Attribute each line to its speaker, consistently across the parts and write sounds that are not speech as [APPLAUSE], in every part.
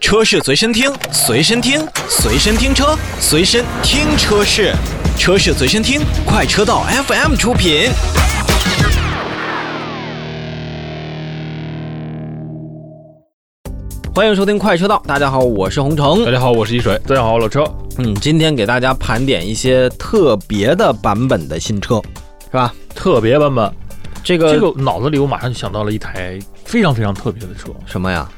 Speaker 1: 车是随身听，随身听，随身听车，随身听车是，车是随身听，快车道 FM 出品。欢迎收听快车道，大家好，我是洪城
Speaker 2: 大。家好，我是一水。大家好，老车。
Speaker 1: 嗯，今天给大家盘点一些特别的版本的新车，是吧？
Speaker 2: 特别版本，
Speaker 1: 这个、
Speaker 2: 这个脑子里我马上就想到了一台非常非常特别的车。
Speaker 1: 什么呀？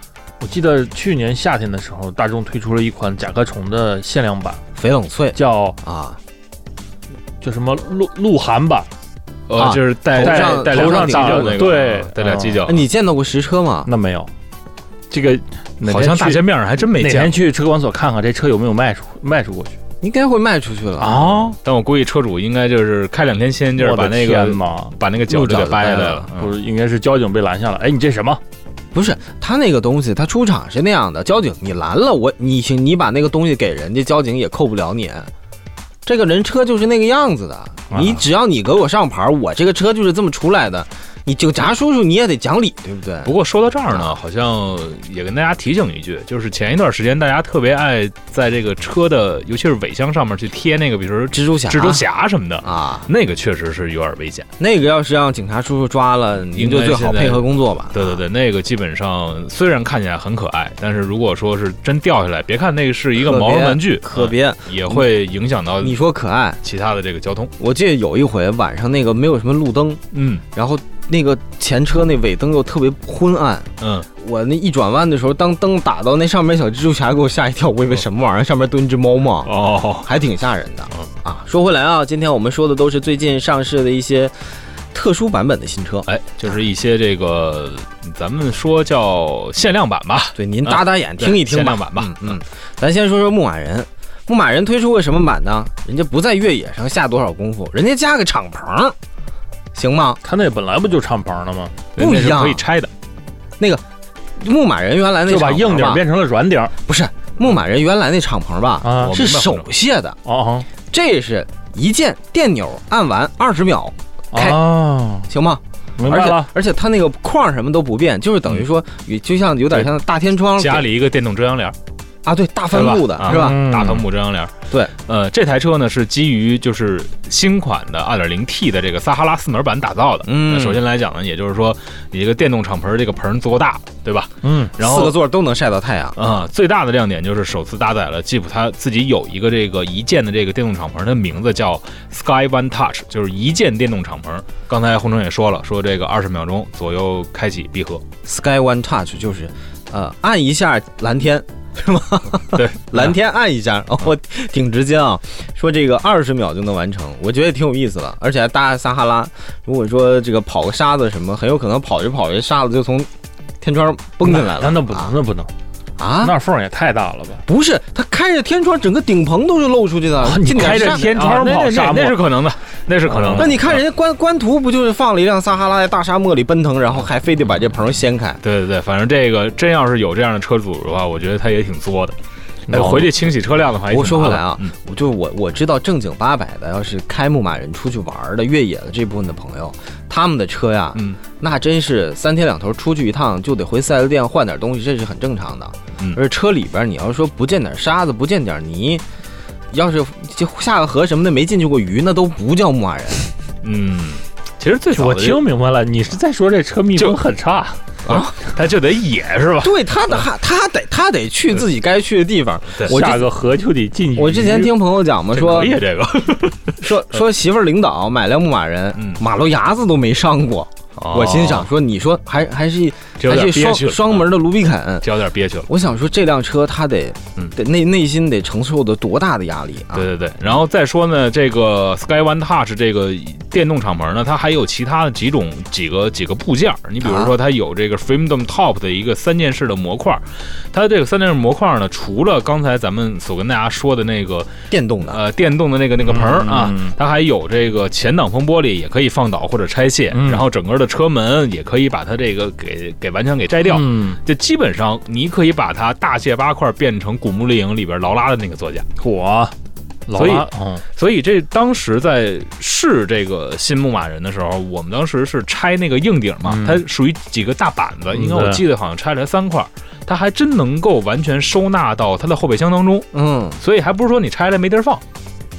Speaker 2: 我记得去年夏天的时候，大众推出了一款甲壳虫的限量版，
Speaker 1: 翡冷翠
Speaker 2: 叫
Speaker 1: 啊，
Speaker 2: 叫什么鹿鹿晗版，
Speaker 1: 啊
Speaker 3: 呃，就是带
Speaker 1: 头
Speaker 3: 带
Speaker 1: 上
Speaker 3: 带
Speaker 2: 头
Speaker 3: 两个
Speaker 2: 上
Speaker 3: 犄
Speaker 2: 长
Speaker 3: 角那个，
Speaker 2: 着
Speaker 3: 啊哎
Speaker 2: 对
Speaker 3: 带俩犄角。
Speaker 1: 哎你见到过实车吗？
Speaker 2: 那没有。
Speaker 3: 这个
Speaker 2: 哪
Speaker 3: 好
Speaker 2: 天
Speaker 3: 像大
Speaker 2: 去
Speaker 3: 街面上还真没
Speaker 2: 哪
Speaker 3: 见
Speaker 2: 天
Speaker 3: 过，
Speaker 2: 去车管所看看这车有没有卖出卖出过去
Speaker 1: 应该会卖出去了。
Speaker 2: 啊？
Speaker 3: 但我估计车主应该就是开两天先，就是
Speaker 2: 我
Speaker 3: 把
Speaker 2: 的
Speaker 3: 那
Speaker 2: 天
Speaker 3: 个
Speaker 2: 呐，
Speaker 3: 把那个角
Speaker 1: 鹿
Speaker 3: 就
Speaker 1: 角
Speaker 3: 给
Speaker 1: 就
Speaker 3: 掰下
Speaker 1: 掰
Speaker 2: 哎
Speaker 3: 来
Speaker 1: 了
Speaker 3: 了。嗯
Speaker 2: 不是应该是交警被拦下了？哎，你这什么？
Speaker 1: 不是，他那个东西，他出厂是那样的，交警你拦了我，你行，你把那个东西给人家，交警也扣不了你。这个人车就是那个样子的，
Speaker 3: 啊
Speaker 1: 你只要你给我上牌，我这个车就是这么出来的。你警察叔叔你也得讲理，对不对？
Speaker 3: 不过说到这儿呢，好像也跟大家提醒一句，就是前一段时间大家特别爱在这个车的，尤其是尾箱上面去贴那个，比如说
Speaker 1: 蜘蛛侠，
Speaker 3: 蜘蛛侠什么的，
Speaker 1: 啊，
Speaker 3: 那个确实是有点危险。
Speaker 1: 那个要是让警察叔叔抓了，您就最好配合工作吧。啊
Speaker 3: 对对对，那个基本上虽然看起来很可爱，但是如果说是真掉下来，别看那个是一个
Speaker 1: 特别
Speaker 3: 毛绒玩具，
Speaker 1: 可别，
Speaker 3: 嗯也会影响到
Speaker 1: 你说可爱，
Speaker 3: 其他的这个交通。
Speaker 1: 我记得有一回晚上那个没有什么路灯，
Speaker 3: 嗯
Speaker 1: 然后那个前车那尾灯又特别昏暗，
Speaker 3: 嗯，
Speaker 1: 我那一转弯的时候，当灯打到那上面小蜘蛛侠，给我吓一跳，我以为什么玩意儿，上面蹲只猫嘛，
Speaker 3: 哦，
Speaker 1: 还挺吓人的啊。说回来啊，今天我们说的都是最近上市的一些特殊版本的新车，
Speaker 3: 哎，就是一些这个，咱们说叫限量版吧，
Speaker 1: 对您打打眼
Speaker 3: 啊对
Speaker 1: 听一听
Speaker 3: 限
Speaker 1: 吧
Speaker 3: 量。版吧。
Speaker 1: 嗯，嗯，咱先说说牧马人。牧马人推出个什么版呢？人家不在越野上下多少功夫，人家加个敞篷，行吗？
Speaker 2: 他那本来不就敞篷的吗？
Speaker 3: 对
Speaker 1: 不一
Speaker 3: 那是
Speaker 1: 样
Speaker 3: 可以拆的。
Speaker 1: 牧马人原来那
Speaker 2: 就把
Speaker 1: 敞篷
Speaker 2: 硬顶
Speaker 1: 吧
Speaker 2: 变成了软顶儿
Speaker 1: 不是牧马人原来那敞篷吧，
Speaker 2: 啊
Speaker 3: 我！
Speaker 1: 是
Speaker 3: 明白
Speaker 1: 手卸的，
Speaker 2: 哦
Speaker 1: 这是一键电钮按完二十秒，
Speaker 2: 哦哦，
Speaker 1: 行吗？
Speaker 2: 明
Speaker 1: 而
Speaker 2: 白
Speaker 1: 且
Speaker 2: 了。
Speaker 1: 而且它那个框什么都不变，就是等于说，也就像有点像大天窗
Speaker 3: 家里一个电动遮阳帘儿，
Speaker 1: 啊，对，大帆布的
Speaker 3: 对吧啊
Speaker 1: 是吧？
Speaker 2: 嗯
Speaker 3: 大帆布遮阳帘儿。
Speaker 1: 对，
Speaker 3: 呃，这台车呢是基于就是新款的 2.0T 的这个撒哈拉四门版打造的。
Speaker 1: 嗯
Speaker 3: 那首先来讲呢，也就是说，你这个电动敞篷这个棚做大，对吧？
Speaker 2: 嗯，
Speaker 3: 然
Speaker 1: 四
Speaker 3: 后
Speaker 1: 个座都能晒到太阳，
Speaker 3: 啊、最大的亮点就是首次搭载了吉普它自己有一个这个一键的这个电动敞篷，它的名字叫 Sky One Touch，就是一键电动敞篷。刚才洪程也说了，说这个二十秒钟左右开启闭合，
Speaker 1: Sky One Touch 就是，呃，按一下蓝天是吗？
Speaker 3: 对
Speaker 1: 蓝天按一下，哦， [LAUGHS] 我挺直接啊。说这个二十秒就能完成，我觉得挺有意思的，而且还搭撒哈拉。如果说这个跑个沙子什么，很有可能跑着跑着沙子就从天窗蹦进来
Speaker 2: 那
Speaker 1: 了。
Speaker 2: 那不能，那不能，
Speaker 1: 啊？
Speaker 2: 那缝儿也太大了吧？
Speaker 1: 不是，他开着天窗，整个顶棚都是露出去的。
Speaker 2: 啊你
Speaker 1: 进点
Speaker 2: 开着
Speaker 1: 沙
Speaker 2: 天窗
Speaker 3: 啊那
Speaker 2: 跑
Speaker 3: 那
Speaker 2: 沙
Speaker 3: 那
Speaker 2: 漠
Speaker 3: 那是可能的，那是可能的。
Speaker 1: 那你看人家官官图不就是放了一辆撒哈拉在大沙漠里奔腾，然后还非得把这棚掀开？
Speaker 3: 对对对，反正这个真要是有这样的车主的话，我觉得他也挺作的。哎，
Speaker 2: 哦
Speaker 3: 回去清洗车辆的话，也挺
Speaker 1: 我说回来
Speaker 3: 麻
Speaker 1: 啊
Speaker 3: 烦的，
Speaker 1: 我就是我我知道正经八百的，要是开牧马人出去玩儿的越野的这部分的朋友，他们的车呀，
Speaker 3: 嗯
Speaker 1: 那真是三天两头出去一趟就得回四 S 店换点东西，这是很正常的。
Speaker 3: 嗯
Speaker 1: 而车里边你要说不见点沙子，不见点泥，要是就下个河什么的没进去过鱼，那都不叫牧马人。
Speaker 3: 嗯嗯，其实最早
Speaker 2: 我
Speaker 3: 的
Speaker 2: 听明白了，你是在说这车密封
Speaker 3: 就
Speaker 2: 很差？
Speaker 3: 他就得野是吧？
Speaker 1: [LAUGHS] 对他的他他得他得去自己该去的地方。
Speaker 3: 嗯对
Speaker 1: 我
Speaker 2: 下
Speaker 1: 之
Speaker 2: 个河就得进鱼。
Speaker 1: 我之前听朋友讲嘛，
Speaker 3: [LAUGHS] 这
Speaker 1: 说
Speaker 3: 可以啊这个，
Speaker 1: 说说媳妇儿领导买辆牧马人，
Speaker 3: 嗯
Speaker 1: 马路牙子都没上过。我心想说，你说还还是
Speaker 3: 这哦有
Speaker 1: 还
Speaker 3: 点
Speaker 1: 是
Speaker 3: 憋
Speaker 1: 双
Speaker 3: 屈了，
Speaker 1: 双门的卢比肯。
Speaker 3: 这有点憋屈了。
Speaker 1: 我想说，这辆车它得
Speaker 3: 嗯
Speaker 1: 得内内心得承受的多大的压力啊
Speaker 3: 对！对对，然后再说呢，这个 Sky One Touch 这个电动敞篷呢，它还有其他的几种几个几个部件儿。你比如说，它有这个 Freedom Top 的一个三件式的模块儿，它这个三件式模块儿呢，除了刚才咱们所跟大家说的那个
Speaker 1: 电动的，
Speaker 3: 呃电动的那个那个棚儿啊
Speaker 2: 嗯，
Speaker 3: 它还有这个前挡风玻璃也可以放倒或者拆卸，
Speaker 2: 嗯
Speaker 3: 然后整个的车门也可以把它这个给给完全给摘掉。
Speaker 2: 嗯，
Speaker 3: 就基本上，你可以把它大卸八块儿变成《古墓丽影》里边劳拉的那个座驾。
Speaker 2: 火，老
Speaker 3: 所以
Speaker 2: 拉嗯
Speaker 3: 所以这当时在试这个新牧马人的时候，我们当时是拆那个硬顶嘛，
Speaker 2: 嗯
Speaker 3: 它属于几个大板子，
Speaker 2: 嗯
Speaker 3: 应该我
Speaker 2: 对
Speaker 3: 记得好像拆了三块儿，它还真能够完全收纳到它的后备箱当中，
Speaker 1: 嗯
Speaker 3: 所以还不是说你拆了没地儿放，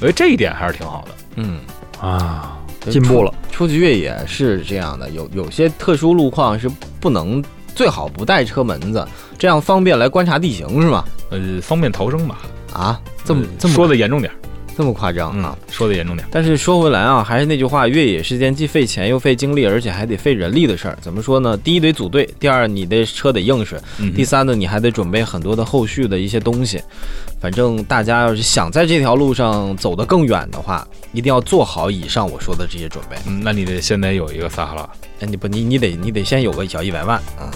Speaker 3: 我觉得这一点还是挺好的。
Speaker 1: 嗯，
Speaker 2: 啊，进步了。
Speaker 1: 出去越野是这样的，有有些特殊路况是不能，最好不带车门子，这样方便来观察地形是吗？
Speaker 3: 呃，方便逃生吧，
Speaker 1: 啊，这么
Speaker 3: 呃
Speaker 1: 这么
Speaker 3: 说的严重点儿，
Speaker 1: 这么夸张啊
Speaker 3: 嗯？，说的严重点儿。
Speaker 1: 但是说回来啊，还是那句话，越野是件既费钱又费精力，而且还得费人力的事儿。怎么说呢？第一得组队，第二你的车得硬实，
Speaker 3: 嗯哼
Speaker 1: 第三呢你还得准备很多的后续的一些东西。反正大家要是想在这条路上走得更远的话，一定要做好以上我说的这些准备。
Speaker 3: 嗯，那你得现在有一个撒哈拉，
Speaker 1: 哎，你不你你得你得先有个小一百万啊。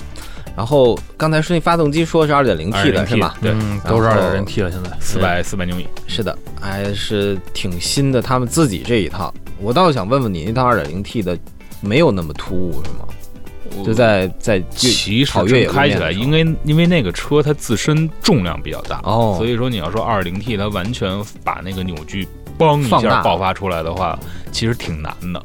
Speaker 1: 然后刚才说那发动机说是二点零 T 的是吧？
Speaker 3: 对，
Speaker 2: 嗯，都是
Speaker 1: 然
Speaker 2: 二
Speaker 1: 后
Speaker 2: 点零 T 了，现在
Speaker 3: 四百四百牛米。
Speaker 1: 是的，还是挺新的，他们自己这一套。我倒想问问你，那套二点零 T 的没有那么突兀是吗？就在在
Speaker 3: 其实
Speaker 1: 跑越
Speaker 3: 真
Speaker 1: 野路
Speaker 3: 开起
Speaker 1: 面
Speaker 3: 来，
Speaker 1: 的时
Speaker 3: 因为因为那个车它自身重量比较大，
Speaker 1: 哦，
Speaker 3: 所以说你要说二零 T 它完全把那个扭矩嘣一
Speaker 1: 放
Speaker 3: 下
Speaker 1: 大哦
Speaker 3: 爆发出来的话，其实挺难的。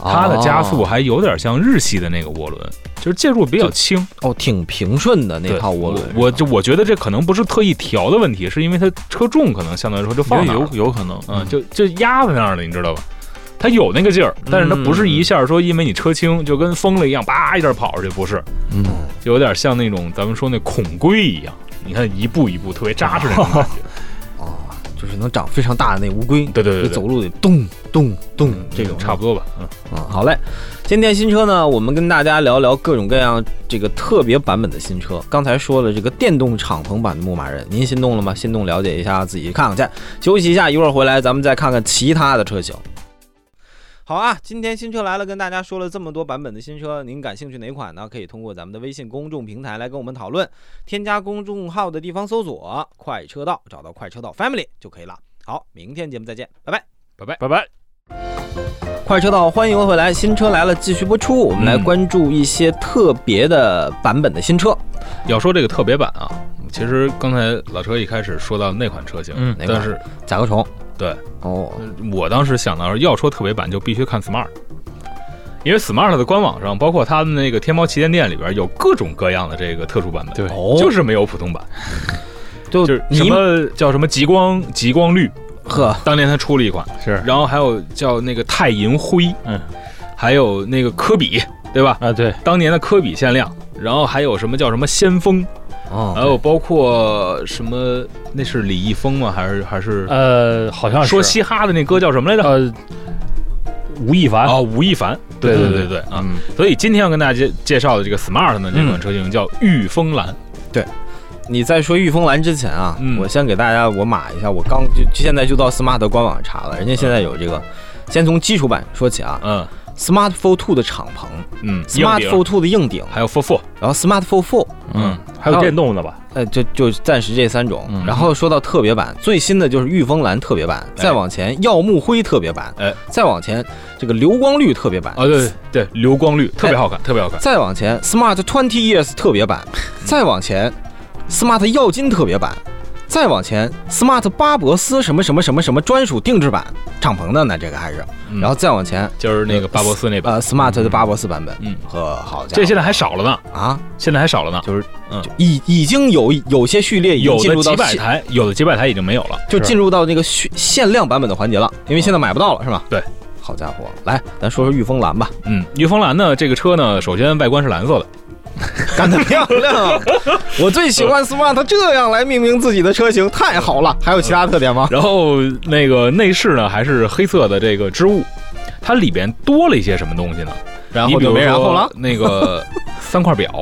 Speaker 3: 它的加速啊还有点像日系的那个涡轮，就是介入比较轻。
Speaker 1: 哦挺平顺的那
Speaker 3: 对
Speaker 1: 套涡
Speaker 3: 我
Speaker 1: 轮，
Speaker 3: 我就我觉得这可能不是特意调的问题，是因为它车重可能相对来说就放
Speaker 2: 也
Speaker 3: 那儿
Speaker 2: 有
Speaker 3: 了，
Speaker 2: 有可能，
Speaker 3: 嗯，就就压在那儿了，你知道吧？它有那个劲儿，
Speaker 1: 嗯
Speaker 3: 但是它不是一下说因为你车轻就跟疯了一样，叭一下跑出去，不是，
Speaker 2: 嗯，
Speaker 3: 就有点像那种咱们说那孔龟一样，你看一步一步特别扎实那种
Speaker 1: [LAUGHS]
Speaker 3: 感觉。
Speaker 1: 哦就是能长非常大的那乌龟，
Speaker 3: 对对
Speaker 1: 就
Speaker 3: 对对
Speaker 1: 走，路得咚咚咚
Speaker 3: 嗯
Speaker 1: 这种
Speaker 3: 差不多吧，嗯，
Speaker 1: 嗯，好嘞，今天新车呢，我们跟大家聊聊各种各样这个特别版本的新车。刚才说了这个电动敞篷版的牧马人，您心动了吗？心动了解一下，自己去看看去。休息一下，一会儿回来咱们再看看其他的车型。好啊，今天新车来了，跟大家说了这么多版本的新车，您感兴趣哪款呢？可以通过咱们的微信公众平台来跟我们讨论，添加公众号的地方搜索“快车道”，找到“快车道 Family” 就可以了。好，明天节目再见，拜拜。
Speaker 3: 拜拜。
Speaker 2: 拜拜。
Speaker 1: 快车道，欢迎回来！新车来了，继续播出。我们来
Speaker 3: 嗯
Speaker 1: 关注一些特别的版本的新车，
Speaker 3: 要说这个特别版啊，其实刚才老车一开始说到那款车型，
Speaker 2: 嗯
Speaker 1: 哪款
Speaker 3: 但是
Speaker 1: 甲壳虫。
Speaker 3: 对
Speaker 1: 哦，
Speaker 3: 呃我当时想到要说特别版就必须看 Smart。因为 Smart 的官网上，包括它的那个天猫旗舰店里边，有各种各样的这个特殊版本，
Speaker 2: 对
Speaker 1: 哦
Speaker 3: 就是没有普通版，
Speaker 1: 就
Speaker 3: 就是什
Speaker 1: 你
Speaker 3: 么呃叫什么极光极光绿，
Speaker 1: 呵，
Speaker 3: 当年他出了一款，
Speaker 2: 是
Speaker 3: 然后还有叫那个太银灰，
Speaker 2: 嗯，
Speaker 3: 还有那个科比，对吧？
Speaker 2: 啊，对，
Speaker 3: 当年的科比限量，然后还有什么叫什么先锋，还
Speaker 1: 哦，
Speaker 3: 有包括什么那是李易峰吗？还是还是
Speaker 2: 呃，好像是
Speaker 3: 说嘻哈的那哥叫什么来着？
Speaker 2: 呃，吴亦凡，
Speaker 3: 啊，吴亦凡，
Speaker 2: 对
Speaker 3: 对
Speaker 2: 对
Speaker 3: 对对啊！
Speaker 1: 嗯，
Speaker 3: 所以今天要跟大家介介绍的这个 Smart 呢，这款
Speaker 1: 嗯
Speaker 3: 车型叫御风蓝，
Speaker 1: 你在说御风蓝之前啊，
Speaker 3: 嗯
Speaker 1: 我先给大家我码一下，我刚就现在就到 Smart 官网上查了，人家现在有这个。先从基础版说起啊
Speaker 3: 嗯
Speaker 1: ，Smart Fold Two 的敞篷
Speaker 3: 嗯，
Speaker 1: ，Smart
Speaker 3: 硬顶
Speaker 1: Fold Two 的硬顶，
Speaker 3: 还有 Four Four，
Speaker 1: 然后 Smart Fold Four，
Speaker 3: 嗯，
Speaker 2: 还有电动的吧？
Speaker 1: 呃，就就暂时这三种
Speaker 2: 嗯。
Speaker 1: 然后说到特别版，最新的就是御风蓝特别版，再往前耀木灰特别版，
Speaker 3: 哎，
Speaker 1: 再往前这个流光绿特别版，
Speaker 3: 啊对对，流光
Speaker 1: 哎
Speaker 3: 绿特别好看，特别好看，
Speaker 1: 再往前 Smart Twenty Years 特别
Speaker 3: [LAUGHS]
Speaker 1: 版，再往前 Smart 耀金特别版，再往前 Smart 巴博斯什么什么什么什么专属定制版敞篷的呢，这个还是，
Speaker 3: 嗯
Speaker 1: 然后再往前
Speaker 3: 就是那个巴博斯那版，
Speaker 1: 呃 Smart 的巴博斯版本，
Speaker 3: 嗯，
Speaker 1: 和好家伙，
Speaker 3: 这现在还少了呢，
Speaker 1: 啊，
Speaker 3: 现在还少了呢，
Speaker 1: 就是
Speaker 3: 嗯
Speaker 1: 就已已经有有些序列已经
Speaker 3: 有
Speaker 1: 进
Speaker 3: 的
Speaker 1: 入到
Speaker 3: 几百
Speaker 1: 限
Speaker 3: 台，有的几百台已经没有了。
Speaker 1: 就是进入到那个限限量版本的环节了，因为现在买不到了是吧？
Speaker 3: 对，
Speaker 1: 好家伙，来咱说说御风蓝吧， [LAUGHS]
Speaker 3: 嗯，御风蓝呢，这个车呢，首先外观是蓝色的，
Speaker 1: 干得漂亮！啊我最喜欢 Smart 这样来命名自己的车型，太好了。还有其他特点吗？
Speaker 3: [LAUGHS] 然后那个内饰呢还是黑色的这个织物，它里边多了一些什么东西呢？
Speaker 1: 然
Speaker 3: 你
Speaker 1: 后
Speaker 3: 比
Speaker 1: 就
Speaker 3: 如
Speaker 1: 没然后了
Speaker 3: 说。 [LAUGHS] 那个三块表，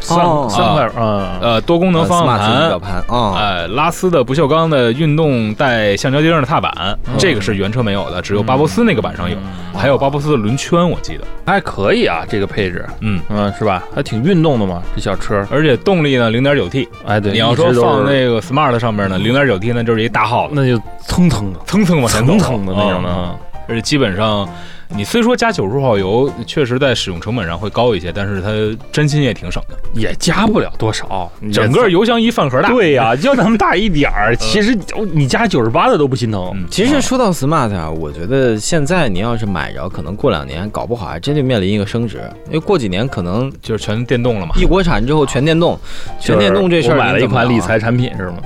Speaker 2: 三
Speaker 1: 哦
Speaker 2: 三块，嗯，
Speaker 3: 啊呃，多功能方向
Speaker 1: Smart 仪表
Speaker 3: 盘。
Speaker 1: 盘啊，
Speaker 3: 哎，拉丝的不锈钢的运动带橡胶钉儿的踏板，这个是原车没有的，只有巴博斯那个版上有，
Speaker 2: 嗯
Speaker 3: 还有巴博斯的轮圈，我记得。
Speaker 2: 还可以啊，这个配置，
Speaker 3: 嗯，
Speaker 2: 嗯，是吧？还挺运动的嘛，这小车，
Speaker 3: 而且动力呢，零点九 T。
Speaker 2: 哎，对，
Speaker 3: 你要
Speaker 2: 一直
Speaker 3: 说
Speaker 2: 都
Speaker 3: 放
Speaker 2: 是
Speaker 3: 那个 Smart 上面呢，零点九 T 呢就是一大耗子，
Speaker 2: 那就蹭蹭的，
Speaker 3: 蹭蹭往前走，
Speaker 2: 蹭蹭的那种的，
Speaker 3: 嗯
Speaker 2: 啊
Speaker 3: 而且基本上你虽说加九十号油，确实在使用成本上会高一些，但是它真心也挺省的，
Speaker 2: 也加不了多少，
Speaker 3: 整个油箱一饭盒大。
Speaker 2: 对 [LAUGHS] 呀、就那么大一点儿，其实你加九十八的都不心疼。
Speaker 3: 嗯，
Speaker 1: 其实说到 smart 啊，我觉得现在你要是买着，可能过两年搞不好还真就面临一个升值，因为过几年可能
Speaker 3: 就是全电动了嘛。
Speaker 1: 一国产之后全电动，全电动这事儿
Speaker 2: 我买
Speaker 1: 你
Speaker 2: 了一
Speaker 1: 怎么
Speaker 2: 款
Speaker 1: 弄啊
Speaker 2: 理财，产品是吗？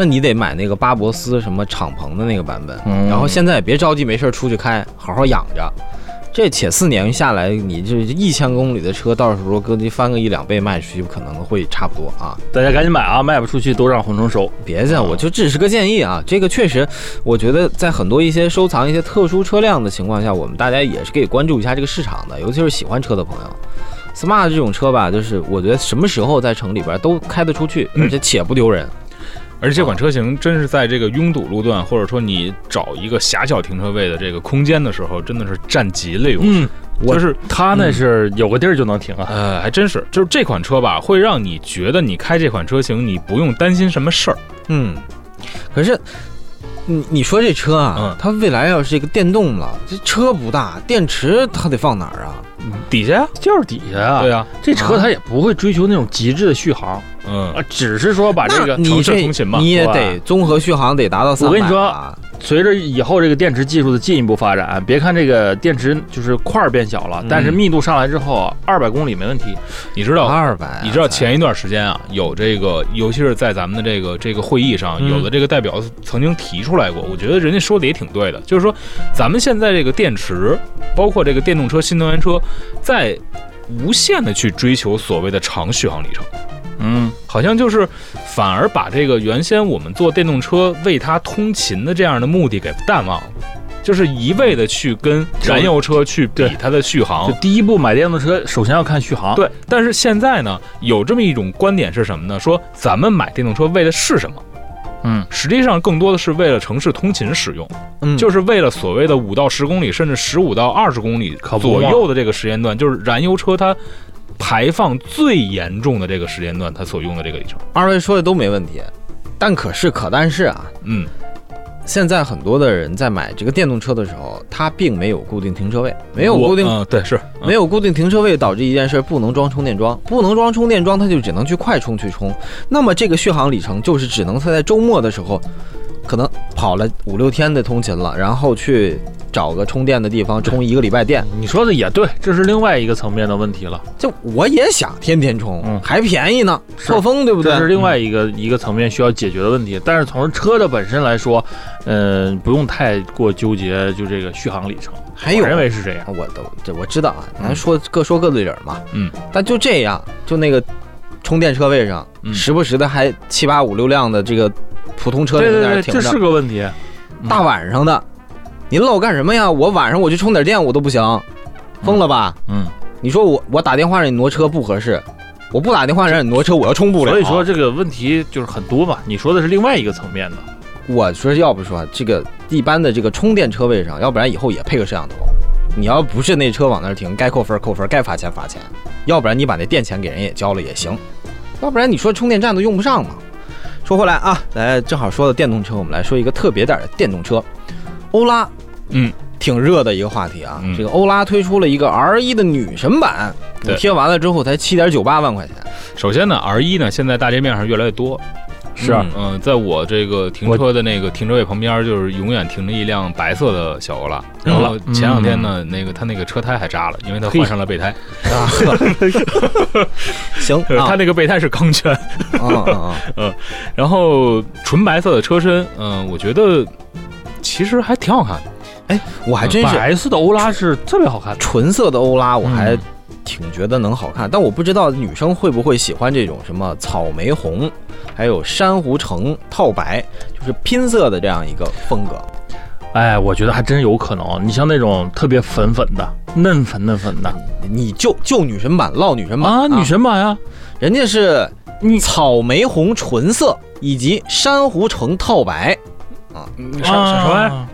Speaker 1: 那你得买那个巴博斯什么敞篷的那个版本，
Speaker 2: 嗯
Speaker 1: 然后现在也别着急没事儿出去开，好好养着。这且四年下来，你这一千公里的车，到时候跟你翻个一两倍卖出去，可能会差不多啊。
Speaker 2: 大家赶紧买啊，卖不出去都让混成收。
Speaker 1: 别介，我就只是个建议啊。这个确实，我觉得在很多一些收藏一些特殊车辆的情况下，我们大家也是可以关注一下这个市场的，尤其是喜欢车的朋友。smart 这种车吧，就是我觉得什么时候在城里边都开得出去，而且且不丢人。
Speaker 3: 而且这款车型真是在这个拥堵路段，或者说你找一个狭小停车位的这个空间的时候，真的是占极了优势。
Speaker 2: 嗯，我
Speaker 3: 就是
Speaker 2: 他那是有个地儿就能停啊。
Speaker 3: 呃，还真是，就是这款车吧，会让你觉得你开这款车型，你不用担心什么事儿。
Speaker 1: 嗯，可是你你说这车啊，
Speaker 3: 嗯
Speaker 1: 它未来要是一个电动了，这车不大，电池它得放哪儿啊？
Speaker 3: 底下呀、
Speaker 2: 就是底下啊，
Speaker 3: 对呀、
Speaker 2: 这车它也不会追求那种极致的续航
Speaker 3: 嗯，
Speaker 2: 啊，只是说把这
Speaker 1: 那
Speaker 2: 个
Speaker 1: 你
Speaker 3: 城市
Speaker 1: 这
Speaker 3: 通勤嘛
Speaker 1: 你也
Speaker 2: 对吧
Speaker 1: 得综合续航得达到三
Speaker 2: 我
Speaker 1: 百。啊
Speaker 2: 跟你说随着以后这个电池技术的进一步发展，别看这个电池就是块儿变小了
Speaker 3: 嗯，
Speaker 2: 但是密度上来之后，二百公里没问题。
Speaker 3: 你知道。
Speaker 1: 二
Speaker 2: 哎
Speaker 1: 百，啊
Speaker 3: 你知道前一段时间啊，有这个，尤其是在咱们的这个这个会议上，
Speaker 2: 嗯
Speaker 3: 有的这个代表曾经提出来过，我觉得人家说的也挺对的，就是说咱们现在这个电池，包括这个电动车、新能源车，在无限的去追求所谓的长续航里程。
Speaker 2: 嗯，
Speaker 3: 好像就是反而把这个原先我们坐电动车为它通勤的这样的目的给淡忘了，就是一味的去跟燃油车去比
Speaker 2: 对
Speaker 3: 它的续航
Speaker 2: 就。第一步买电动车，首先要看续
Speaker 1: 啊
Speaker 2: 航。，
Speaker 3: 对，但是现在呢，有这么一种观点是什么呢？说咱们买电动车为的是什么？
Speaker 2: 嗯，
Speaker 3: 实际上更多的是为了城市通勤使用，
Speaker 1: 嗯
Speaker 3: 就是为了所谓的五到十公里，甚至十五到二十公里
Speaker 2: 可不
Speaker 3: 左
Speaker 2: 嘛
Speaker 3: 右的这个时间段，就是燃油车它排放最严重的这个时间段，它所用的这个里程。
Speaker 1: 二位说的都没问题，但可是可但是啊，
Speaker 3: 嗯，
Speaker 1: 现在很多的人在买这个电动车的时候，他并没有固定停车位，没有
Speaker 3: 我
Speaker 1: 固定、
Speaker 3: 嗯、对是
Speaker 1: 没有固定停车位，导致一件事不能装充电桩，不能装充电桩，他就只能去快充去充。那么这个续航里程就是只能他在周末的时候，可能跑了五六天的通勤了，然后去找个充电的地方充一个礼拜电。
Speaker 2: 你说的也对，这是另外一个层面的问题了，
Speaker 1: 就我也想天天充，
Speaker 2: 嗯
Speaker 1: 还便宜呢，
Speaker 2: 是啊
Speaker 1: 错峰对不对
Speaker 2: 这？是另外一个一个层面需要解决的问题。但是从车的本身来说，嗯，不用太过纠结就这个续航里程，
Speaker 1: 还有啊
Speaker 2: 我认为是这样。
Speaker 1: 我都这我知道啊，咱
Speaker 2: 嗯
Speaker 1: 说各说各的理儿嘛。
Speaker 3: 嗯，
Speaker 1: 但就这样，就那个充电车位上，
Speaker 3: 嗯
Speaker 1: 时不时的还七八五六辆的这个普通车
Speaker 2: 对
Speaker 1: 在那
Speaker 2: 对对，
Speaker 1: 儿停
Speaker 2: 这
Speaker 1: 着，
Speaker 2: 是个问题。嗯
Speaker 1: 大晚上的，您老干什么呀？我晚上我去充点电我都不行，疯了吧？
Speaker 2: 嗯，
Speaker 1: 你说我我打电话让你挪车不合适，我不打电话让你挪车我要充不了。
Speaker 2: 所以说这个问题就是很多嘛。你说的是另外一个层面的，
Speaker 1: 我说要不说这个一般的这个充电车位上，要不然以后也配个摄像头。你要不是那车往那儿停，该扣分儿扣分儿，该罚钱罚钱，要不然你把那电钱给人也交了也行，要不然你说充电站都用不上嘛。说回来啊，来正好说到电动车，我们来说一个特别点儿的电动车，欧拉，
Speaker 3: 嗯，
Speaker 1: 挺热的一个话题啊。
Speaker 3: 嗯
Speaker 1: 这个欧拉推出了一个 R 1的女神版，补
Speaker 3: 对
Speaker 1: 贴完了之后才七点九八万
Speaker 3: [LAUGHS]
Speaker 1: 块钱，
Speaker 3: 首先呢，R 一呢，现在大街面上越来越多。
Speaker 2: 是啊
Speaker 3: 嗯、呃在我这个停车的那个停车位旁边，就是永远停着一辆白色的小欧拉。
Speaker 2: 嗯
Speaker 3: 然后前两天呢，那个他那个车胎还扎了，因为他换上了备胎，
Speaker 1: 啊，呵行
Speaker 3: 他
Speaker 1: 啊，
Speaker 3: 那个备胎是钢圈。 [LAUGHS]
Speaker 1: 嗯嗯
Speaker 3: 然后纯白色的车身，嗯、我觉得其实还挺好看的。
Speaker 1: 嗯，我还
Speaker 3: [LAUGHS]
Speaker 1: 真是
Speaker 2: 白色的欧拉是特别好看的。
Speaker 1: 纯色的欧拉，我还
Speaker 2: 嗯
Speaker 1: 挺觉得能好看，但我不知道女生会不会喜欢这种什么草莓红，还有珊瑚橙套白，就是拼色的这样一个风格。
Speaker 2: 哎，我觉得还真有可能。你像那种特别粉粉的、嫩粉嫩粉的
Speaker 1: 你就就女神版唠女神版
Speaker 2: 啊，女，神版呀，
Speaker 1: 人家是
Speaker 2: 你
Speaker 1: 草莓红纯色以及珊瑚橙套白，啊
Speaker 3: 啥啥啥玩意儿？
Speaker 2: 啊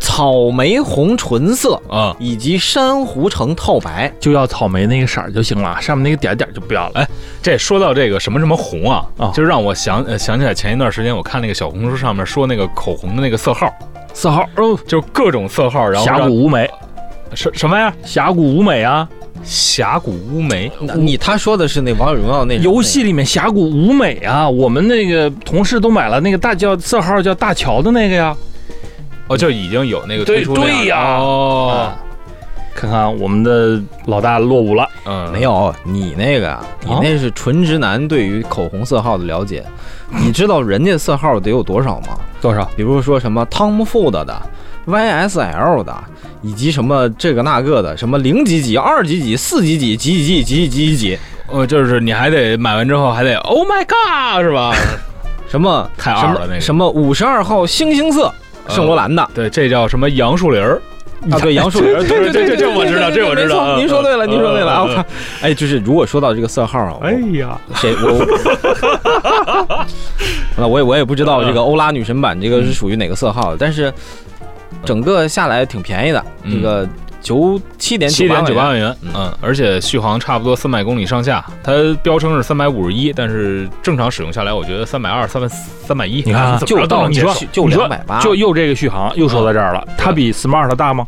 Speaker 1: 草莓红纯色
Speaker 3: 啊？
Speaker 1: 以及珊瑚橙套白，
Speaker 2: 就要草莓那个色儿就行了，上面那个点点就不要了。哎
Speaker 3: 这说到这个什么什么红啊，
Speaker 2: 啊
Speaker 3: 就是让我想呃想起来前一段时间我看那个小红书上面说那个口红的那个色号，
Speaker 2: 色号哦，
Speaker 3: 就是各种色号，然后
Speaker 2: 峡
Speaker 3: 让
Speaker 2: 谷无美
Speaker 3: 什什么呀？
Speaker 2: 峡谷舞美啊，
Speaker 3: 峡谷乌梅，
Speaker 1: 那你他说的是那王者荣耀那
Speaker 2: 游戏里面峡谷舞美啊，我们那个同事都买了那个大叫色号叫大乔的那个呀。
Speaker 3: 哦，就已经有那个推
Speaker 2: 对
Speaker 3: 出那样的
Speaker 2: 对呀
Speaker 3: 哦
Speaker 2: 啊，看看我们的老大落伍了，
Speaker 3: 嗯，
Speaker 1: 没有，你那个啊，你那是纯直男对于口红色号的了解。你知道人家色号得有多少吗？
Speaker 2: 多少？
Speaker 1: 比如说什么 Tom Ford 的、YSL 的，以及什么这个那个的，什么零几几、二几几、四几几、几几几、几几几几，
Speaker 3: 呃，就是你还得买完之后还得 Oh my God
Speaker 1: [LAUGHS]
Speaker 3: 是吧？
Speaker 1: 什么
Speaker 3: 太
Speaker 1: 什
Speaker 3: 二了那
Speaker 1: 么
Speaker 3: 个。嗯
Speaker 1: 什么五十二号星星色圣罗兰的
Speaker 3: 对，这叫什么杨树林儿？
Speaker 1: 啊，对，杨树 [LAUGHS] 林，
Speaker 3: [LAUGHS] 对对对对
Speaker 1: 对
Speaker 3: 这我知道
Speaker 1: 对对
Speaker 3: 这我知道
Speaker 1: 没错
Speaker 3: 嗯
Speaker 1: 您说对了，
Speaker 3: 嗯
Speaker 1: 您说对了啊！
Speaker 3: 嗯哎
Speaker 1: 我看哎，就是如果说到这个色号啊，我
Speaker 3: 呀，
Speaker 1: [LAUGHS] 谁我。 [LAUGHS] 那我也我也不知道这
Speaker 3: 嗯
Speaker 1: 个欧拉女神版这个是属于哪个色号，但是整个下来挺便宜的，
Speaker 3: 嗯
Speaker 1: 这个九七点
Speaker 3: 七点九
Speaker 1: 九
Speaker 3: 八
Speaker 1: 八
Speaker 3: 万元，
Speaker 1: 嗯
Speaker 3: 嗯，而且续航差不多三百公里上下，它标称是三百五十一，但是正常使用下来，我觉得三百二、三百三百一，
Speaker 2: 你看啊
Speaker 3: 怎么
Speaker 1: 就
Speaker 3: 着都
Speaker 1: 到
Speaker 3: 能接
Speaker 1: 就
Speaker 3: 受。
Speaker 1: 就
Speaker 2: 你说
Speaker 1: 两百八，
Speaker 2: 就又这个续航又说到这儿了，它比 Smart 大吗？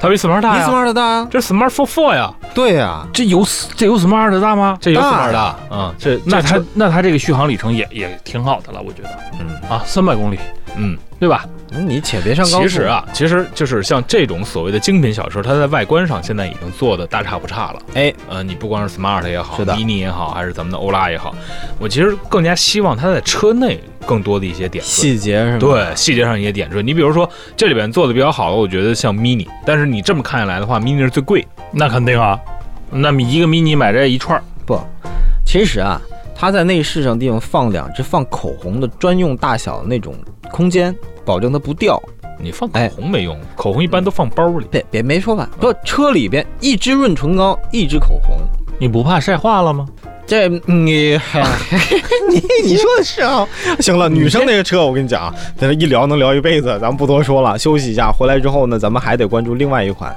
Speaker 3: 它比 Smart 大
Speaker 1: 你
Speaker 3: 呀，
Speaker 1: smart 大，
Speaker 3: 这 Smart Four Four 呀，
Speaker 1: 对呀，
Speaker 2: 这有这有 Smart 大吗？
Speaker 3: 这有
Speaker 1: 大呀
Speaker 3: Smart 大，嗯，这
Speaker 2: 那
Speaker 3: 它
Speaker 2: 它那它这个续航里程也也挺好的了，我觉得
Speaker 1: 嗯，
Speaker 2: 啊，三百公里，
Speaker 3: 嗯，
Speaker 2: 对吧？
Speaker 1: 那你且别上高速。
Speaker 3: 其实，啊，其实就是像这种所谓的精品小车，它在外观上现在已经做的大差不差了。
Speaker 1: 哎，
Speaker 3: 呃，你不光是 Smart 也好
Speaker 1: 是的
Speaker 3: ，Mini 也好，还是咱们的欧拉也好，我其实更加希望它在车内更多的一些点缀。
Speaker 1: 细节是吗？
Speaker 3: 对，细节上也点缀。你比如说，这里边做的比较好的，我觉得像 Mini，但是你这么看下来的话，Mini 是最贵。
Speaker 2: 那肯定啊，那么一个 mini 买这一串儿，
Speaker 1: 其实啊，它在内饰上地方放两只放口红的专用大小的那种空间，保证它不掉。
Speaker 3: 你放口
Speaker 1: 哎
Speaker 3: 红没用，口红一般都放包里。
Speaker 1: 别别没说完，不，车里边一支润唇膏，一支口红。
Speaker 2: 你不怕晒化了吗？
Speaker 1: 这你 [LAUGHS] 你你说的是啊？行了，女生那个车我跟你讲啊，在那一聊能聊一辈子，咱们不多说了，休息一下。回来之后呢，咱们还得关注另外一款，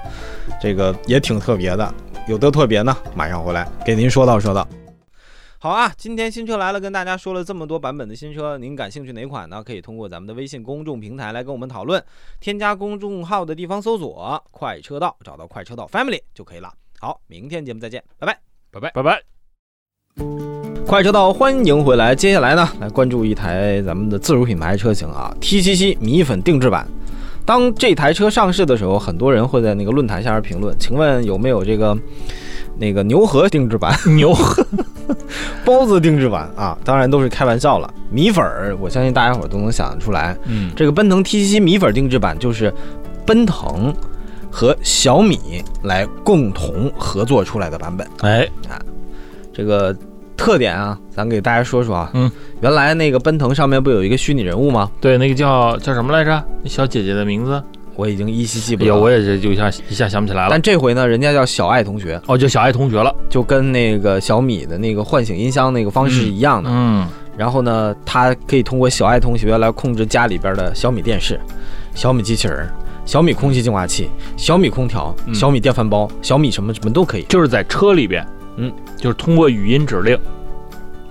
Speaker 1: 这个也挺特别的，有多特别呢？马上回来给您说道说道。好啊，今天新车来了，跟大家说了这么多版本的新车，您感兴趣哪款呢？可以通过咱们的微信公众平台来跟我们讨论，添加公众号的地方搜索“快车道”，找到“快车道 Family” 就可以了。好，明天节目再见，拜拜。
Speaker 2: 拜拜。
Speaker 1: 快车道，欢迎回来。接下来呢，来关注一台咱们的自主品牌车型啊，T77 米粉定制版。当这台车上市的时候，很多人会在那个论坛下边评论，请问有没有这个那个牛河定制版、
Speaker 2: [LAUGHS] 牛河
Speaker 1: [LAUGHS] 包子定制版啊？当然都是开玩笑了。米粉儿，我相信大家伙儿都能想得出来，
Speaker 3: 嗯，
Speaker 1: 这个奔腾 T77 米粉定制版就是奔腾和小米来共同合作出来的版本。啊
Speaker 2: 哎，
Speaker 1: 这个特点啊，咱给大家说说啊。
Speaker 2: 嗯，
Speaker 1: 原来那个奔腾上面不有一个虚拟人物吗？
Speaker 2: 对，那个叫叫什么来着？那小姐姐的名字？
Speaker 1: 我已经依稀记不
Speaker 2: 哎呀，
Speaker 1: 得了。
Speaker 2: 我也是就一下一下想不起来了。
Speaker 1: 但这回呢，人家叫小爱同学，
Speaker 2: 哦，就小爱同学了。
Speaker 1: 就跟那个小米的那个唤醒音箱那个方式一样的。
Speaker 2: 嗯，
Speaker 1: 然后呢，他可以通过小爱同学来控制家里边的小米电视、小米机器人、小米空气净化器、小米空调、
Speaker 3: 嗯
Speaker 1: 小米电饭煲、小米什么什么都可以。
Speaker 2: 就是在车里边，
Speaker 1: 嗯，
Speaker 2: 就是通过语音指令。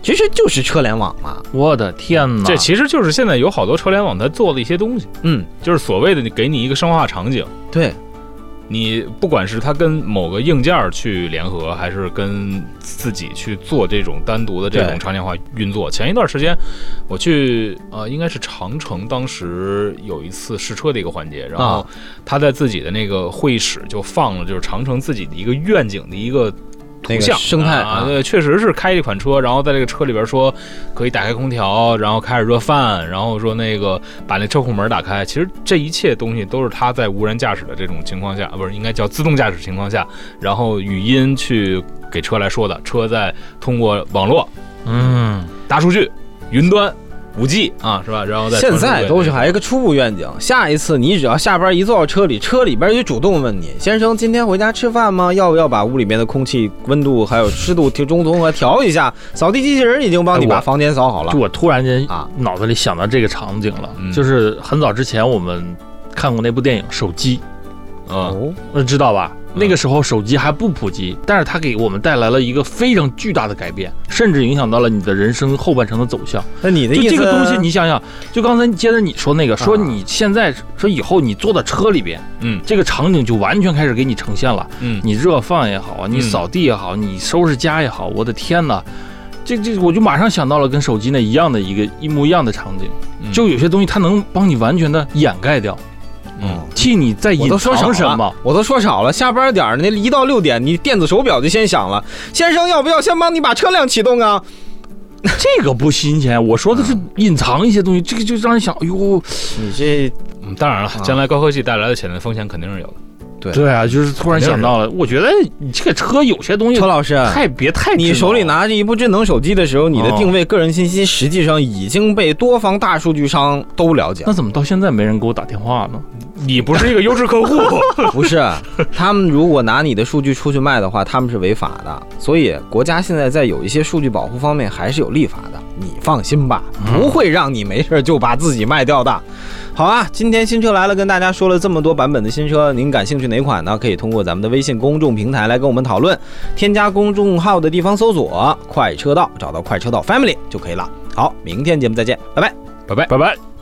Speaker 1: 其实就是车联网嘛。
Speaker 2: 我的天哪！
Speaker 3: 这其实就是现在有好多车联网它做的一些东西，
Speaker 1: 嗯，
Speaker 3: 就是所谓的你给你一个生化场景。
Speaker 1: 对，
Speaker 3: 你不管是它跟某个硬件儿去联合，还是跟自己去做这种单独的这
Speaker 1: 对
Speaker 3: 种场景化运作。前一段时间，我去呃，应该是长城，当时有一次试车的一个环节，然后
Speaker 1: 啊
Speaker 3: 他在自己的那个会议室就放了就是长城自己的一个愿景的一个。
Speaker 1: 那个
Speaker 3: 图像
Speaker 1: 生态
Speaker 3: 啊
Speaker 1: 啊，
Speaker 3: 对，确实是开一款车，然后在这个车里边说可以打开空调，然后开始热饭，然后说那个把那车库门打开。其实这一切东西都是他在无人驾驶的这种情况下，啊不是应该叫自动驾驶情况下，然后语音去给车来说的。车在通过网络、
Speaker 2: 嗯，
Speaker 3: 大数据、云端、五 G 啊，是吧？然后再
Speaker 1: 现
Speaker 3: 传输
Speaker 1: 在
Speaker 3: 给
Speaker 1: 都是还一个初步愿景，下一次你只要下班一坐到车里，车里边就主动问你，先生，今天回家吃饭吗？要不要把屋里面的空气温度还有湿度中综合调一下？扫地机器人已经帮你
Speaker 2: 哎我
Speaker 1: 把房间扫好了
Speaker 2: 就我突然间
Speaker 1: 啊，
Speaker 2: 脑子里想到这个场景了，
Speaker 3: 嗯
Speaker 2: 就是很早之前我们看过那部电影《手机
Speaker 3: 嗯
Speaker 1: 哦，》，
Speaker 2: 呃知道吧？那个时候手机还不普及，但是它给我们带来了一个非常巨大的改变，甚至影响到了你的人生后半程的走向。
Speaker 1: 那你的
Speaker 2: 就
Speaker 1: 意思，
Speaker 2: 这个东西，你想想，就刚才接着你说那个，说
Speaker 1: 啊
Speaker 2: 你现在说以后你坐在车里边，
Speaker 3: 嗯
Speaker 2: 这个场景就完全开始给你呈现了。
Speaker 3: 嗯，
Speaker 2: 你热饭也好啊，你
Speaker 3: 嗯
Speaker 2: 扫地也好，你收拾家也好，我的天哪！这这，我就马上想到了跟手机那一样的一个一模一样的场景，
Speaker 3: 嗯
Speaker 2: 就有些东西它能帮你完全的掩盖掉，
Speaker 3: 嗯
Speaker 2: 替你在
Speaker 1: 我
Speaker 2: 隐
Speaker 1: 都说少
Speaker 2: 藏什
Speaker 1: 了 [LAUGHS]
Speaker 2: 么。，
Speaker 1: 我都说少了。下班点儿那一到六点，你电子手表就先响了。先生，要不要先帮你把车辆启动啊？
Speaker 2: 这个不新鲜，我说的是
Speaker 1: 嗯
Speaker 2: 隐藏一些东西，这个就让人想，哎呦，
Speaker 1: 你这
Speaker 3: 嗯，当然了，
Speaker 1: 啊
Speaker 3: 将来高科技带来的潜在风险肯定是有的。
Speaker 2: 对啊，就是突然想到了，我觉得你这个车有些东西
Speaker 1: 车老师，
Speaker 2: 太别太
Speaker 1: 你手里
Speaker 2: 拿。
Speaker 1: 拿着一部智能手机的时候，你的
Speaker 2: 哦
Speaker 1: 定位、个人信息实际上已经被多方大数据商都了解了
Speaker 2: 那。怎么到现在没人给我打电话呢？
Speaker 3: 你不是一个优质客
Speaker 1: [LAUGHS]
Speaker 3: 户，
Speaker 1: 不是，他们如果拿你的数据出去卖的话，他们是违法的。所以国家现在在有一些数据保护方面还是有立法的，你放心吧，不会让你没事儿就把自己卖掉的。好啊，今天新车来了，跟大家说了这么多版本的新车，您感兴趣哪款呢？可以通过咱们的微信公众平台来跟我们讨论，添加公众号的地方搜索“快车道”，找到“快车道 Family” 就可以了。好，明天节目再见，拜拜。
Speaker 3: 拜拜。
Speaker 2: 拜拜。